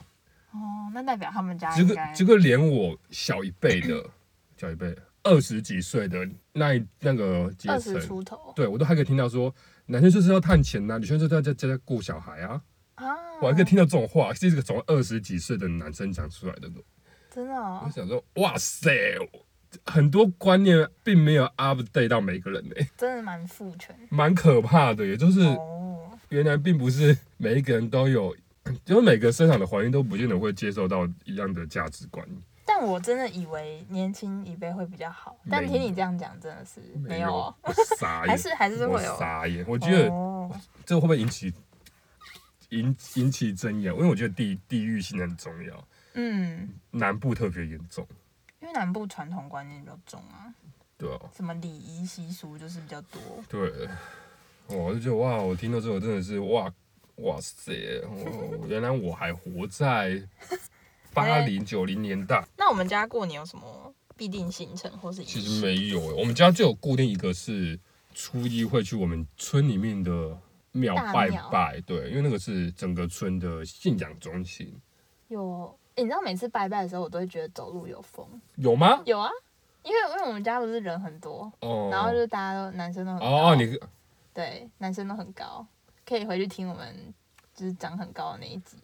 C: 哦，那代表他们家
A: 这
C: 应
A: 个
C: 该
A: 这个连我小一辈的，小一辈二十几岁的那一那个阶
C: 二十
A: 层，
C: 出头
A: 对我都还可以听到说，男生就是要探钱呐、女生就是要在家家顾小孩啊，
C: 啊，
A: 我还可以听到这种话，是一个从二十几岁的男生讲出来的。
C: 真的
A: 我
C: 哦，
A: 想说，哇塞，很多观念并没有 update 到每个人诶、
C: 真的蛮父权
A: 蛮可怕的耶。也就是
C: 哦，
A: 原来并不是每一个人都有，就是每个生长的环境都不见得会接受到一样的价值观。
C: 但我真的以为年轻一辈会比较好，但
A: 没
C: 听你
A: 有
C: 这样讲，真的是没有哦，，
A: 我 傻眼，
C: 还是还是
A: 我
C: 会有。
A: 傻眼。我觉得
C: 哦
A: 这会不会引起引引起争议啊？因为我觉得地地域性很重要，
C: 嗯，
A: 南部特别严重，
C: 因为南部传统观念比较重啊，
A: 对啊，
C: 什么礼仪习俗就是比较多。
A: 对，我就觉得哇，我听到这个真的是哇哇塞，我原来我还活在八 零九零年代。
C: 那我们家过年有什么必定行程或是仪
A: 其
C: 式？
A: 实没有欸，我们家就有固定一个是初一会去我们村里面的庙
C: 大
A: 拜
C: 庙
A: 拜，对，因为那个是整个村的信仰中心。
C: 有、欸你知道每次拜拜的时候，我都会觉得走路有风。
A: 有吗？
C: 有啊，因为因为我们家不是人很多，
A: 哦，
C: 然后就是大家都男生都很高，
A: 哦哦， 你
C: 对男生都很高，可以回去听我们就是长很高的那一集。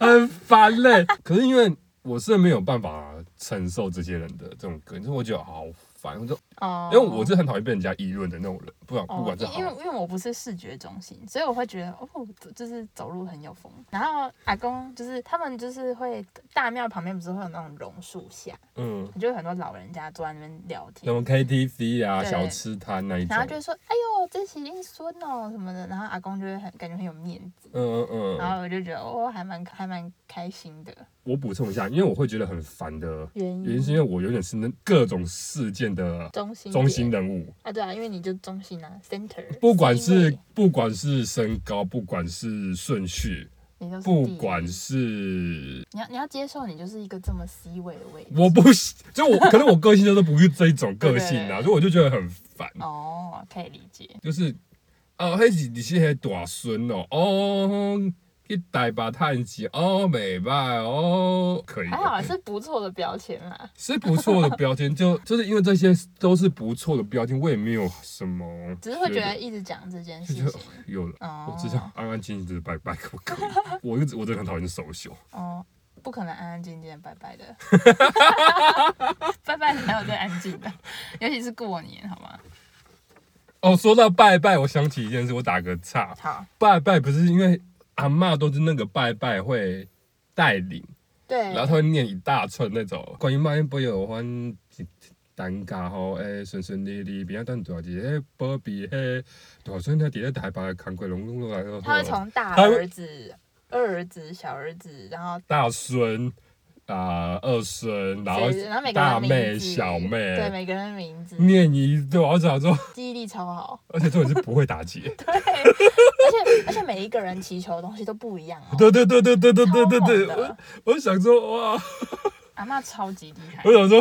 A: 很烦嘞、可是因为我是没有办法承受这些人的这种歌，就是我觉得好烦。我就
C: 哦
A: 因，为我是很讨厌被人家议论的那种人，不管不管是
C: 哦、因因为
A: 好
C: 因为我不是视觉中心，所以我会觉得哦，就是走路很有风。然后阿公就是他们就是会大庙旁边不是会有那种榕树下，
A: 嗯，
C: 就有很多老人家坐在那边聊
A: 什
C: 天。
A: 么 KTV 啊、
C: 对
A: 小吃摊那一种
C: 然后，就会说：“哎呦，这喜令孙哦什么的。”然后阿公就会很感觉很有面子，
A: 嗯嗯
C: 然
A: 嗯。
C: 后我就觉得哦，还蛮还蛮开心的。
A: 我补充一下，因为我会觉得很烦的
C: 原
A: 原因，是因为我有点是那各种事件的
C: 中心
A: 中
C: 点
A: 心人物，
C: 啊，对啊，因为你就中心啊，center，
A: 不管
C: C 位
A: 是不管是身高，不管是顺序，
C: 你就是
A: 不
C: 第一
A: 管是
C: 你要你要接受，你就是一个这么 C 位的位置。
A: 我不喜，就我可能我个性就是不是这一种个性啊，
C: 对对对
A: 所以我就觉得很烦，
C: 哦，可以理解。
A: 就是啊，迄是你是迄大孙哦，哦，去台北探钱哦，美歹哦，可以
C: 还
A: 的，
C: 好啊是不错的标签啦。
A: 是不错的标签，就就是因为这些都是不错的标签，我也没有什么，
C: 只是会觉得一直讲这件事
A: 就
C: 情。
A: 有了。
C: 哦，
A: 我只想安安静静的拜拜，可不可 以？我一直我真的很讨厌手袖，
C: 哦，不可能安安静静地拜 拜的， 拜拜哪有最安静的？尤其是过年，好吗？
A: 哦，说到拜拜，我想起一件事，我打个岔。
C: 好，
A: 拜拜不是因为阿嬷都是那个拜拜会带领，
C: 对
A: 然后，他会念一大串那种关于妈不有欢单家吼，诶顺顺利利，不要等大姐诶，保庇嘿，大孙他伫咧台北扛过龙龙来咯。
C: 他会从大
A: 他会
C: 儿子、二儿子、小儿子，然后
A: 大孙啊、二孙，然后
C: 谁然后每个人
A: 大
C: 的
A: 妹
C: 名字
A: 小
C: 对
A: 妹
C: 每个人的名字，
A: 念一段，我想说，
C: 记忆力超好。
A: 而且重点是不会打结。
C: 而且而且每一个人祈求的东西都不一样哦。
A: 对对对对对对对对对，
C: 超猛
A: 我
C: 的
A: 我想说哇。
C: 阿妈超级厉害
A: 我。想说，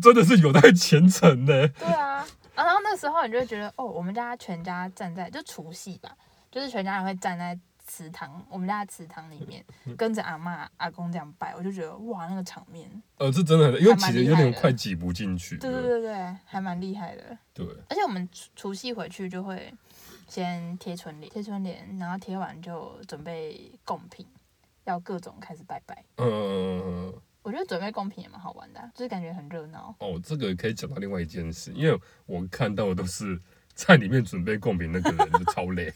A: 真的是有待虔诚呢。
C: 对啊，啊然后那时候你就会觉得，哦，我们家全家站在就除夕吧，就是全家人会站在祠堂，我们家的祠堂里面
A: 嗯
C: 跟着阿妈阿公这样拜，我就觉得哇，那个场面，
A: 呃，这真的很，因为
C: 还蛮
A: 其实
C: 厉
A: 有点
C: 害的
A: 快挤不进去
C: 对对
A: 了。
C: 对对，还蛮厉害的。
A: 对，嗯
C: 而且我们除除夕回去就会先贴春联，贴春联，然后贴完就准备贡品，要各种开始拜拜。
A: 嗯，
C: 我觉得准备贡品也蛮好玩的啊、就是感觉很热闹。
A: 哦，这个可以讲到另外一件事，因为我看到的都是在里面准备贡品那个人就超 累，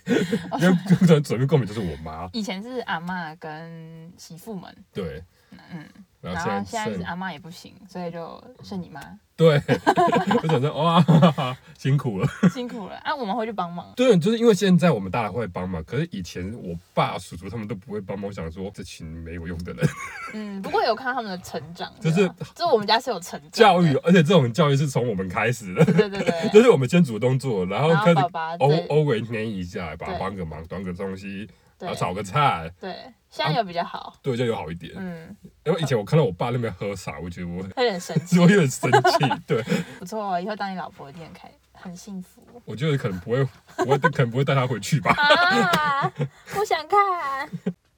A: 因为通常准备贡品就是我妈。
C: 以前是阿嬷跟媳妇们，
A: 对，
C: 嗯，
A: 然
C: 然
A: 后
C: 后
A: 现
C: 现
A: 在
C: 在是
A: 啊剩
C: 阿妈也不行，所以就是你 妈
A: 对，我想说哇，哈哈辛苦了。
C: 辛苦了啊，我们会去帮忙。
A: 对，就是因为现在我们大家会帮忙，可是以前我爸、叔叔他们都不会帮忙。我想说，这群没有用的人，
C: 嗯，不过有看到他们的成长，
A: 就是
C: 对吧就我们家是有成长的
A: 教育，，而且这种教育是从我们开始的。
C: 对对 对
A: 就
C: 对，
A: 是我们先主动做，然后
C: 然后
A: 开始哦
C: 爸爸
A: 偶
C: 对
A: 偶尔捏一下，把
C: 对
A: 帮个忙，端个东西，然后
C: 对
A: 炒个菜，
C: 对，现在有比较好，
A: 对，就有好一点。
C: 嗯，
A: 因为以前我看到我爸那边喝茶，我觉得我
C: 会有点神奇，
A: 我有点生气，对
C: 不错，哦以后当你老婆一定很开，很幸福哦
A: 我觉得可能不会，我可能不会带他回去吧，
C: 啊！不想看，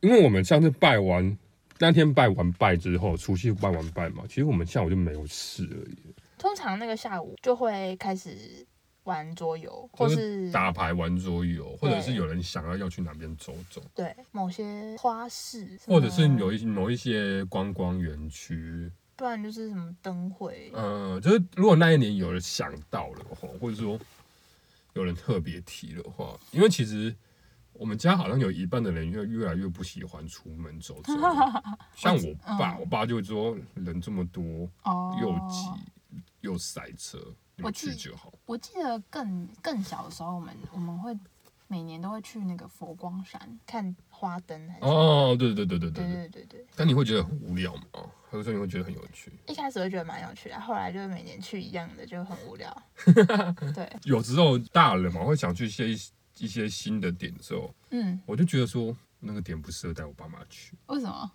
A: 因为我们上次拜完那天拜完拜之后，除夕拜完拜嘛，其实我们下午就没有事而已，
C: 通常那个下午就会开始玩桌游，或
A: 就是打牌、玩桌游，或者
C: 对
A: 是有人想要要去哪边走走，
C: 对某些花市，
A: 或者是
C: 什么
A: 有一某一些观光园区，
C: 不然就是什么灯会，
A: 呃，就是如果那一年有人想到了的话，或者说有人特别提的话，因为其实我们家好像有一半的人越越来越不喜欢出门走走， 像我爸，我爸就会说人这么多，
C: 嗯哦，
A: 又挤又塞车，你
C: 我
A: 们去
C: 记
A: 就好。
C: 我记得更更小的时候，我们我们会每年都会去那个佛光山看花灯，还是、
A: 哦，对对对对对
C: 对
A: 对，
C: 对对对，
A: 但你会觉得很无聊吗？还是说你会觉得很有趣？
C: 一开始会觉得蛮有趣的，后来就是每年去一样的就很无 聊。对，
A: 有时候大人嘛会想去一些一些新的点之后，
C: 嗯，
A: 我就觉得说那个点不适合带我爸妈去。
C: 为什么？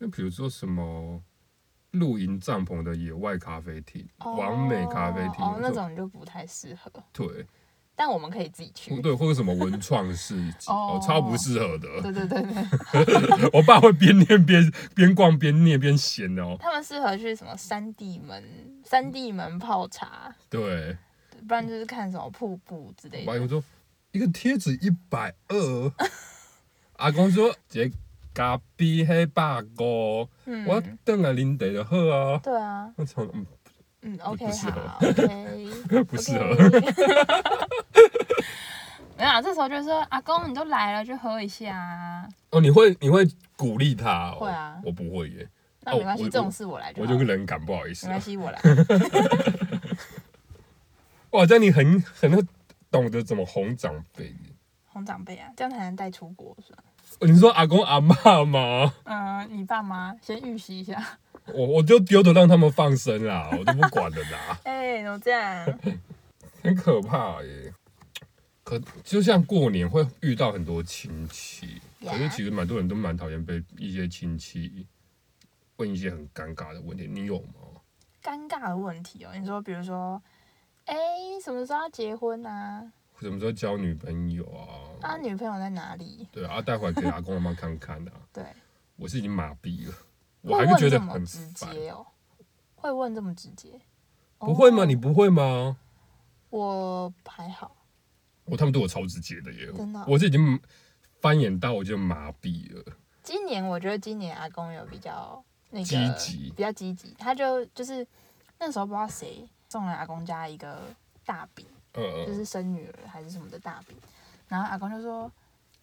A: 就比如说什么露营帐篷的野外咖啡厅、完美咖啡厅，
C: 哦哦，那
A: 就
C: 种就不太适合，
A: 对
C: 但我们可以自己去。
A: 对，或者什么文创市集，
C: 哦
A: 哦，超不适合的。
C: 对对对对，
A: 我爸会边念边 边逛边念边闲的哦。
C: 他们适合去什么三地门、三地门泡茶，
A: 对，
C: 不然就是看什么瀑布之类
A: 我爸就
C: 的。
A: 说一个贴纸一百二， 阿公说这咖啡黑八五，
C: 嗯，
A: 我等下啉茶就好啊。
C: 对啊，
A: 我操，嗯
C: 嗯，OK，
A: 不适合
C: 好，OK。
A: 不适合。
C: 没有啊，这时候就说阿公，你都来了，就喝一下啊。
A: 哦，你会你会鼓励他哦？
C: 会啊
A: 我不会耶，
C: 那
A: 哦
C: 没关系，
A: 我
C: 这种事我来就
A: 我
C: 好。
A: 就
C: 没
A: 冷感，不好意思啊。
C: 关系，我来。
A: 哇，这样你很很会懂得怎么哄长辈。
C: 红长辈啊，这样才能带出国是吧？
A: 哦你说阿公阿妈吗？
C: 嗯、你爸妈先预习一下。，
A: 我我就丢的让他们放生啦，我都不管了啦
C: 哎、怎么这样？
A: 很可怕耶。可就像过年会遇到很多亲戚，
C: Yeah
A: 可是其实蛮多人都蛮讨厌被一些亲戚问一些很尴尬的问题，你有吗？
C: 尴尬的问题哦，你说，比如说，哎、什么时候要结婚啊？
A: 什么时候交女朋友啊？
C: 啊，女朋友在哪里？
A: 对啊，带回来给阿公阿妈看看啊。
C: 对，
A: 我是已经麻痹了，我
C: 会
A: 还是
C: 问
A: 觉
C: 这
A: 得
C: 么
A: 很
C: 直
A: 烦。
C: 接哦，会问这么直接？
A: 不会吗？
C: 哦
A: 你不会吗？
C: 我还好。
A: 哦我他们对我超直接的耶，
C: 真的哦
A: 我是已经翻眼到我就麻痹了。
C: 今年我觉得今年阿公有比较那个
A: 积极
C: 比较积极，他就就是那时候不知道谁送了阿公家一个大饼，就
A: 呃，
C: 是生女儿还是什么的大饼，然后阿公就说。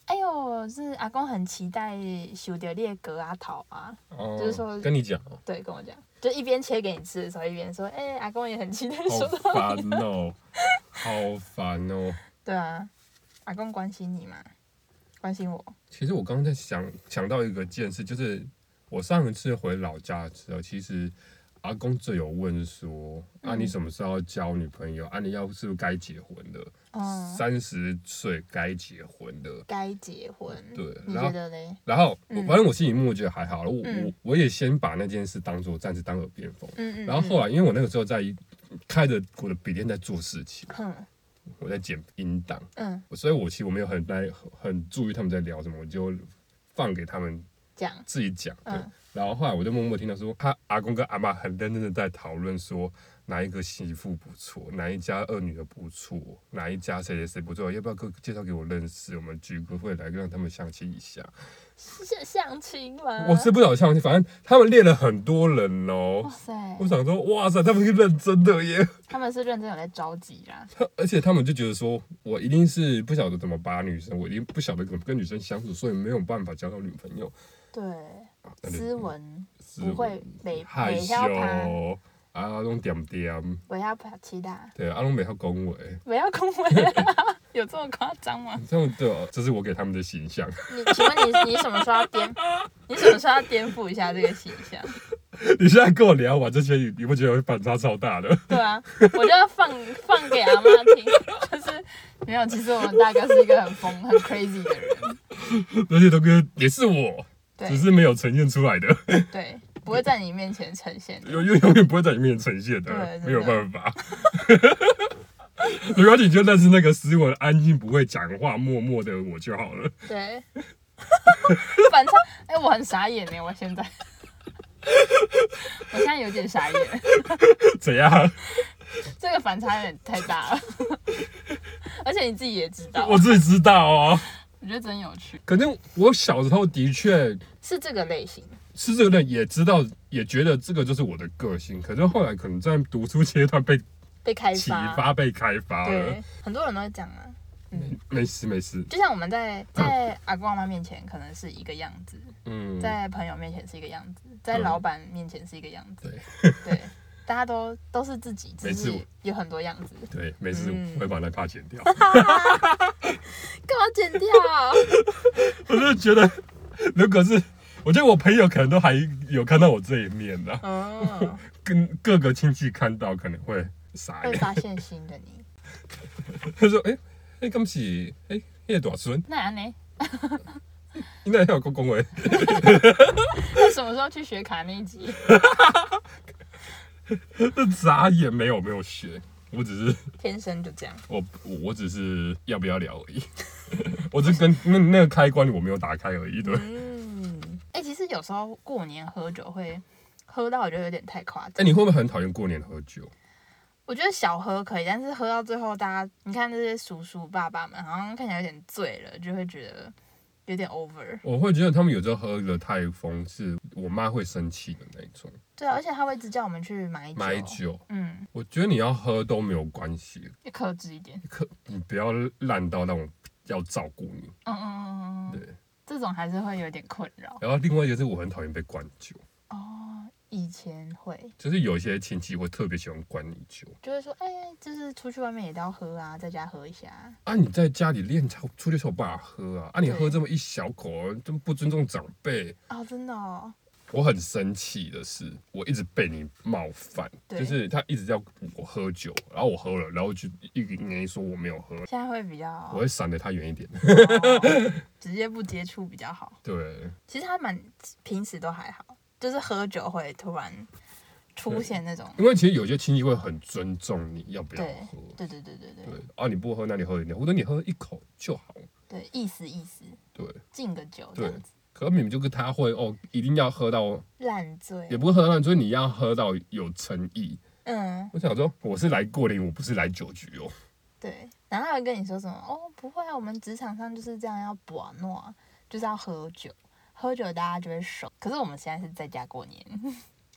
C: 哎呦，是阿公很期待修的列格阿桃啊，
A: 哦
C: 就是说
A: 跟你讲哦，
C: 对，跟我讲，就一边切给你吃的时候，一边说，哎、阿公也很期待收
A: 好
C: 到。
A: 烦哦，好烦哦。
C: 对啊，阿公关心你嘛，关心我。
A: 其实我刚刚在想想到一个件事，就是我上一次回老家的时候，其实阿公就有问说，
C: 嗯
A: 啊你什么时候要交女朋友？啊你要是不是该结婚了？
C: 嗯，
A: 三十岁该结婚了。
C: 该结婚。
A: 对
C: 你
A: 然后
C: 觉得嘞？
A: 然后我
C: 嗯
A: 反正我心里默觉得还好了，我我
C: 嗯
A: 我也先把那件事当做暂时当耳边风。
C: 嗯嗯。
A: 然后后来，因为我那个时候在开着我的笔电在做事情，
C: 嗯，
A: 我在剪音档，
C: 嗯嗯，
A: 所以我其实我没有很在很注意他们在聊什么，我就放给他们
C: 讲，
A: 自己讲。对，
C: 嗯
A: 然后后来我就默默听到说，他阿公跟阿妈很认真的在讨论说哪一个媳妇不错，哪一家二女儿不错，哪一家谁谁谁不错，要不要给介绍给我认识？我们举个会来让他们相亲一下。
C: 相相亲吗？
A: 我是不想相亲，反正他们列了很多人
C: 哇
A: 哦。
C: 塞
A: 我，想说，哇塞，他们是认真的耶。
C: 他们是认真有在着急 啦。
A: 他而且他们就觉得说，我一定是不晓得怎么把女生，我一定不晓得怎么跟女生相处，所以没有办法交到女朋友。
C: 对，
A: 啊，那就
C: 斯文，
A: 斯文
C: 不会北
A: 害
C: 北
A: 羞
C: 漂趴，
A: 啊，拢点点，
C: 不要怕期待，
A: 对，啊，拢袂晓恭维，
C: 不要恭维啊， 有这么夸张吗？
A: 这样对哦，这是我给他们的形象。
C: 你请问你你什么时候要颠？你什么时候要颠覆一下这个形象？
A: 你现在跟我聊完这些，你你不觉得反差超大的？
C: 对啊，我就要放 放给阿妈听，就是没有。其实我们大哥是一个很疯、很 crazy 的人，
A: 而且东哥也是我，只
C: 对
A: 是没有呈现出来的，
C: 对，不会在你面前呈 现的。
A: 永永永远不会在你面前呈现的
C: 对，
A: 没有
C: 真的
A: 办法。 没关系，你就认识那个斯文、安静、不会讲话、默默的我就好了。
C: 对，反差，哎、我很傻眼呢，我现在， 我现在有点傻眼，
A: 怎样？
C: 这个反差有点太大了， 而且你自己也知道，
A: 我自己知道哦。
C: 我觉得真有趣，
A: 可能我小时候的确
C: 是这个类型，
A: 是这个人，也知道，也觉得这个就是我的个性。可是后来可能在读书阶段被
C: 被开
A: 启
C: 发，
A: 发、被开发了
C: 对。，很多人都会讲啊，
A: 没事没事，
C: 就像我们在在阿公阿妈面前可能是一个样子，
A: 嗯，
C: 在朋友面前是一个样子，在老板面前是一个样子，嗯对，大家都都是自己，
A: 没
C: 只
A: 事
C: 是有很多样子，
A: 对，没事，
C: 嗯
A: 我会把那怕剪掉。
C: 干嘛剪掉？啊
A: 我就觉得，如果是，我觉得我朋友可能都还有看到我这一面的、
C: 嗯，
A: 跟各个亲戚看到可能会傻
C: 会
A: 眼，
C: 发现新的你。嗯
A: 他说：“哎、欸，哎，恭喜，哎、欸，叶大孙，
C: 那安呢？
A: 应该要公公 维，
C: 那什么时候去学卡内基？
A: 这傻眼没有没有学，我只是
C: 天生就这样。
A: 我我我只是要不要聊而已， 我只是跟那那个开关我没有打开而已，对，哎、
C: 嗯，哎、其实有时候过年喝酒会喝到，我觉得有点太夸张。
A: 哎你会不会很讨厌过年喝酒？
C: 我觉得小喝可以，但是喝到最后，大家你看这些叔叔爸爸们，好像看起来有点醉了，就会觉得有点 over。
A: 我会觉得他们有时候喝的太疯，是我妈会生气的那一种。
C: 对啊，而且他会一直叫我们去买酒。
A: 买酒，
C: 嗯，
A: 我觉得你要喝都没有关系，
C: 要克制一点。
A: 可你不要烂到那种要照顾你。
C: 嗯嗯嗯嗯嗯，
A: 对，
C: 这种还是会有点困扰。
A: 然后另外一个是我很讨厌被灌酒，
C: 哦，以前会。
A: 就是有一些亲戚会特别喜欢灌你酒
C: 就会说，哎、就是出去外面也都要喝啊，在家喝一下。
A: 啊，你在家里练操，出去时候爸喝啊，啊你
C: 对
A: 喝这么一小口，这么不尊重长辈。
C: 哦，真的哦，
A: 我很生气的是，我一直被你冒犯，
C: 对
A: 就是他一直要我喝酒，然后我喝了，然后就一个人说我没有喝，
C: 现在会比较、
A: 我会闪得他远一点。
C: 哦 直接不接触比较好。
A: 对，
C: 其实还蛮平时都还好，就是喝酒会突然出现那种，
A: 因为其实有些亲戚会很尊重你要不要
C: 对
A: 喝，
C: 对对对对对
A: 对
C: 对
A: 啊，你不喝，那你喝饮料，或者你喝一口就好。
C: 意思意思，
A: 对，
C: 敬个酒这样子，
A: 可你们就跟他会哦，一定要喝到，
C: 烂醉
A: 也。不是喝到，就是你要喝到有诚意。
C: 嗯，
A: 我想说，我是来过年，我不是来酒局哦。
C: 对。然后他会跟你说什么？哦，不会啊，我们职场上就是这样，要把诺，就是要喝酒，喝酒大家就会熟。可是我们现在是在家过年，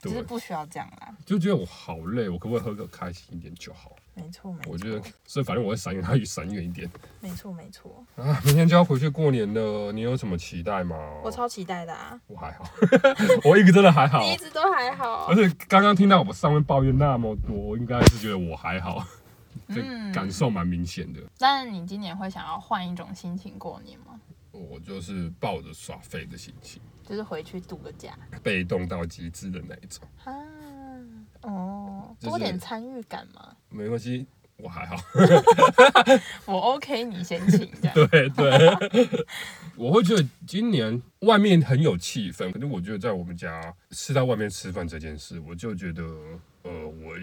C: 就
A: 对
C: 是，不需要这样啦。
A: 就觉得我好累，我可不可以喝个开心一点就好？
C: 没错，没错。
A: 我觉得，所以反正我会闪远他，闪远一点
C: 没错，没错。
A: 啊。明天就要回去过年了，你有什么期待吗？
C: 我超期待的啊！
A: 我还好， 我一个真的还好。嗯
C: 你一直都还好
A: 而。且刚刚听到我上面抱怨那么多，应该是觉得我还好，这
C: 嗯
A: 感受蛮明显的。
C: 但是你今年会想要换一种心情过年吗？
A: 我就是抱着耍废的心情，
C: 就是回去度个假
A: 被动到极致的那一种。
C: 啊？哦，
A: 就是
C: 多点参与感嘛。
A: 没关系，我还好。
C: 我 OK，你先请这样。
A: 对 对，我会觉得今年外面很有气氛，可是我觉得在呃我们家是在外面吃饭这件事，我就觉得呃，我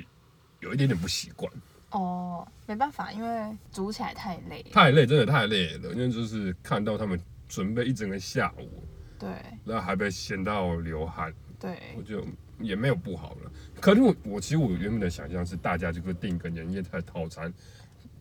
A: 有一点点不习惯，
C: 哦，没办法，因为煮起来太累了。
A: 太累，真的太累了。因为就是看到他们准备一整个下午，
C: 对
A: 然后还被咸到流汗，我
C: 对，
A: 就也没有不好了。可是我我其实我原本的想象是大家就会订个年夜菜套餐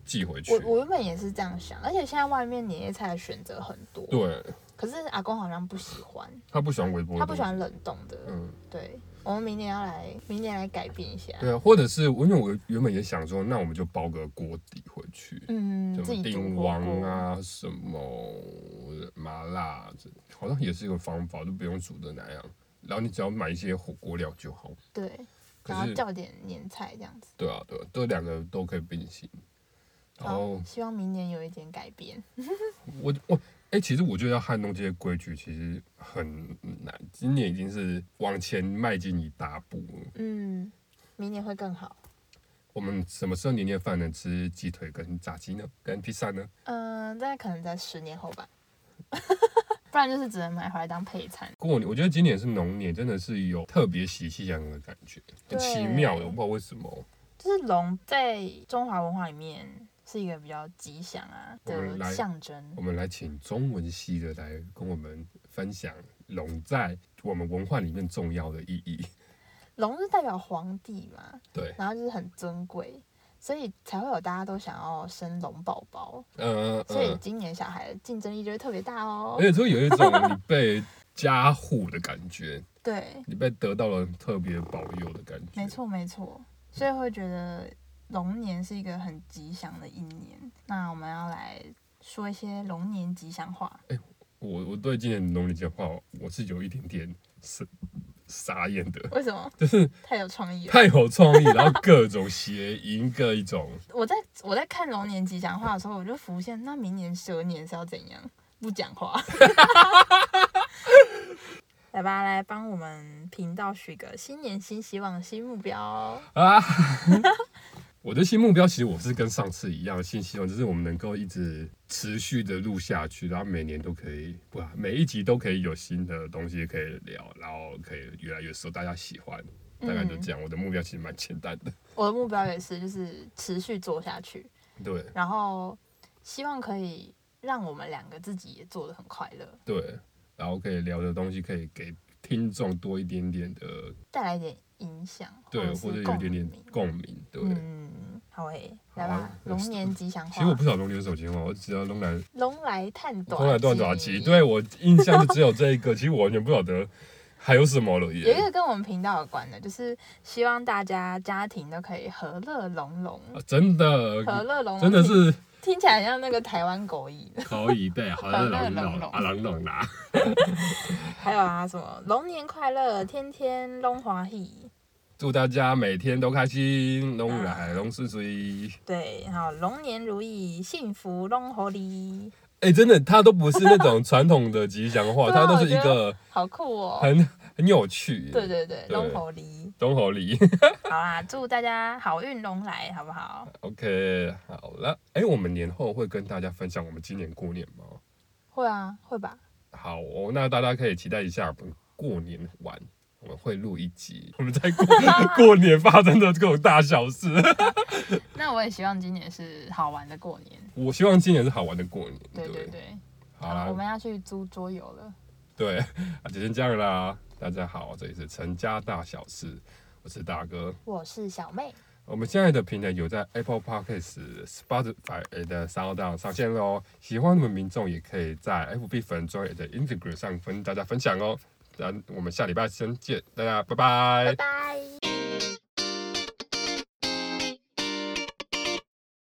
A: 寄回去
C: 我，我原本也是这样想，而且现在外面年夜菜的选择很多。。
A: 对
C: 可是阿公好像不喜欢，
A: 他不喜欢微波，
C: 他不喜欢，冷冻的。
A: 嗯。
C: 对，我们明年要来，明年来改变一下。
A: 啊对啊，或者是我因为我原本也想说，那我们就包个锅底回去，
C: 嗯，
A: 什
C: 自己
A: 么
C: 煮
A: 鼎
C: 火
A: 王
C: 锅，
A: 啊，什么麻辣，这好像也是一个方法，就不用煮的那样。然后你只要买一些火锅料就好。
C: 对，
A: 可
C: 然后
A: 是，
C: 叫点年菜这样子。
A: 对啊，对啊，这两个都可以并行。然后
C: 好希望明年有一点改变。
A: 我我哎、其实我觉得要撼动这些规矩其实很难，今年已经是往前迈进一大步了。
C: 嗯，明年会更好。
A: 我们什么时候年夜饭能吃鸡腿跟炸鸡呢？跟披萨呢？
C: 嗯，大概可能在十年后吧， 不然就是只能买回来当配餐。
A: 过年，我觉得今年是龙年，真的是有特别喜气洋洋的感觉，很奇妙的，
C: 对
A: 我不知道为什么。
C: 就是龙在中华文化里面是一个比较吉祥啊
A: 我们来
C: 的象征
A: 我。们来请中文系的来跟我们分享龙在我们文化里面重要的意义。
C: 龙是代表皇帝嘛，
A: 对，
C: 然后就是很尊贵，所以才会有大家都想要生龙宝宝。
A: 呃，
C: 所以
A: 呃
C: 今年小孩的竞争力就会特别大哦
A: 而。且就有一种你被加护的感觉，
C: 对，
A: 你被得到了特别保佑的感觉。
C: 没，错没错，所以会觉得龙年是一个很吉祥的一年。那我们要来说一些龙年吉祥话。
A: 我我对今年农历节话，我是有一点点傻傻眼的，
C: 为什么？
A: 就是
C: 太有创意了。
A: 太有创意，然后各种谐音，各一种。
C: 我在我在看龙年吉祥话的时候，我就浮现，那明年蛇年是要怎样？不讲话。 来吧，来帮我们频道许个新年新希望、新目标。
A: 啊， 我的新目标其实我是跟上次一样，新希望就是我们能够一直持续的录下去，然后每年都可以，不，每一集都可以有新的东西可以聊，然后可以越来越受大家喜欢。
C: 嗯
A: 大概就这样，我的目标其实蛮简单的。
C: 我的目标也是，就是持续做下去，
A: 对
C: 然后希望可以让我们两个自己也做得很快乐，
A: 对，然后可以聊的东西可以给听众多一点点的，
C: 带来一点影响，
A: 对，或
C: 或
A: 者
C: 哦
A: 有
C: 是共
A: 一点点
C: 鸣。
A: 共鸣，对。
C: 嗯，好诶，来
A: 好
C: 吧
A: 啊，
C: 龙年吉祥
A: 其实我
C: 话
A: 不，知道龙年手机话，我只知道龙来
C: 龙来探短，
A: 从来断爪 机，对我印象就只有这一个，其实我完全不晓得还有什么了
C: 有
A: 耶
C: 一。个跟我们频道有关的，就是希望大家家庭都可以和乐融融，
A: 啊真的，
C: 和乐融融
A: 真的是
C: 听听起来很像那个台湾狗语。
A: 可以 的，好像
C: 和乐
A: 朗朗
C: 融融
A: 啊朗朗啦，
C: 还有啊，什么龙年快乐，天天龙华喜，
A: 祝大家每天都开心，龙来龙是水。
C: 啊对，然后龙年如意，幸福龙活里，
A: 哎，真的，它都不是那种传统的吉祥话，
C: 对啊
A: 它都是一个
C: 好酷哦。
A: 很很有趣。
C: 对，对对，
A: 对
C: 龙活里。
A: 东侯里。
C: 好啦，祝大家好运龙来，好不好？
A: OK，好了，哎，我们年后会跟大家分享我们今年过年吗？
C: 会啊，会吧。
A: 好哦，那大家可以期待一下我们过年玩，我们会录一集， 我们在 过过年发生的各种大小事。
C: 那我也希望今年是好玩的过年。
A: 我希望今年是好玩的过年。
C: 对对对，
A: 好
C: 我们
A: 啦，
C: 要去租桌游了。
A: 对，啊就先这样啦。大家好，这里是陈家大小事，我是大哥。
C: 我是小妹，
A: 我们现在的平台有在 Apple Podcast、Spotify 的 Sound On 上线喽。喜欢我们民众也可以在 FB 粉专也在 Instagram 上跟大家分享哦。那我们下礼拜先见，大家拜拜
B: 拜拜。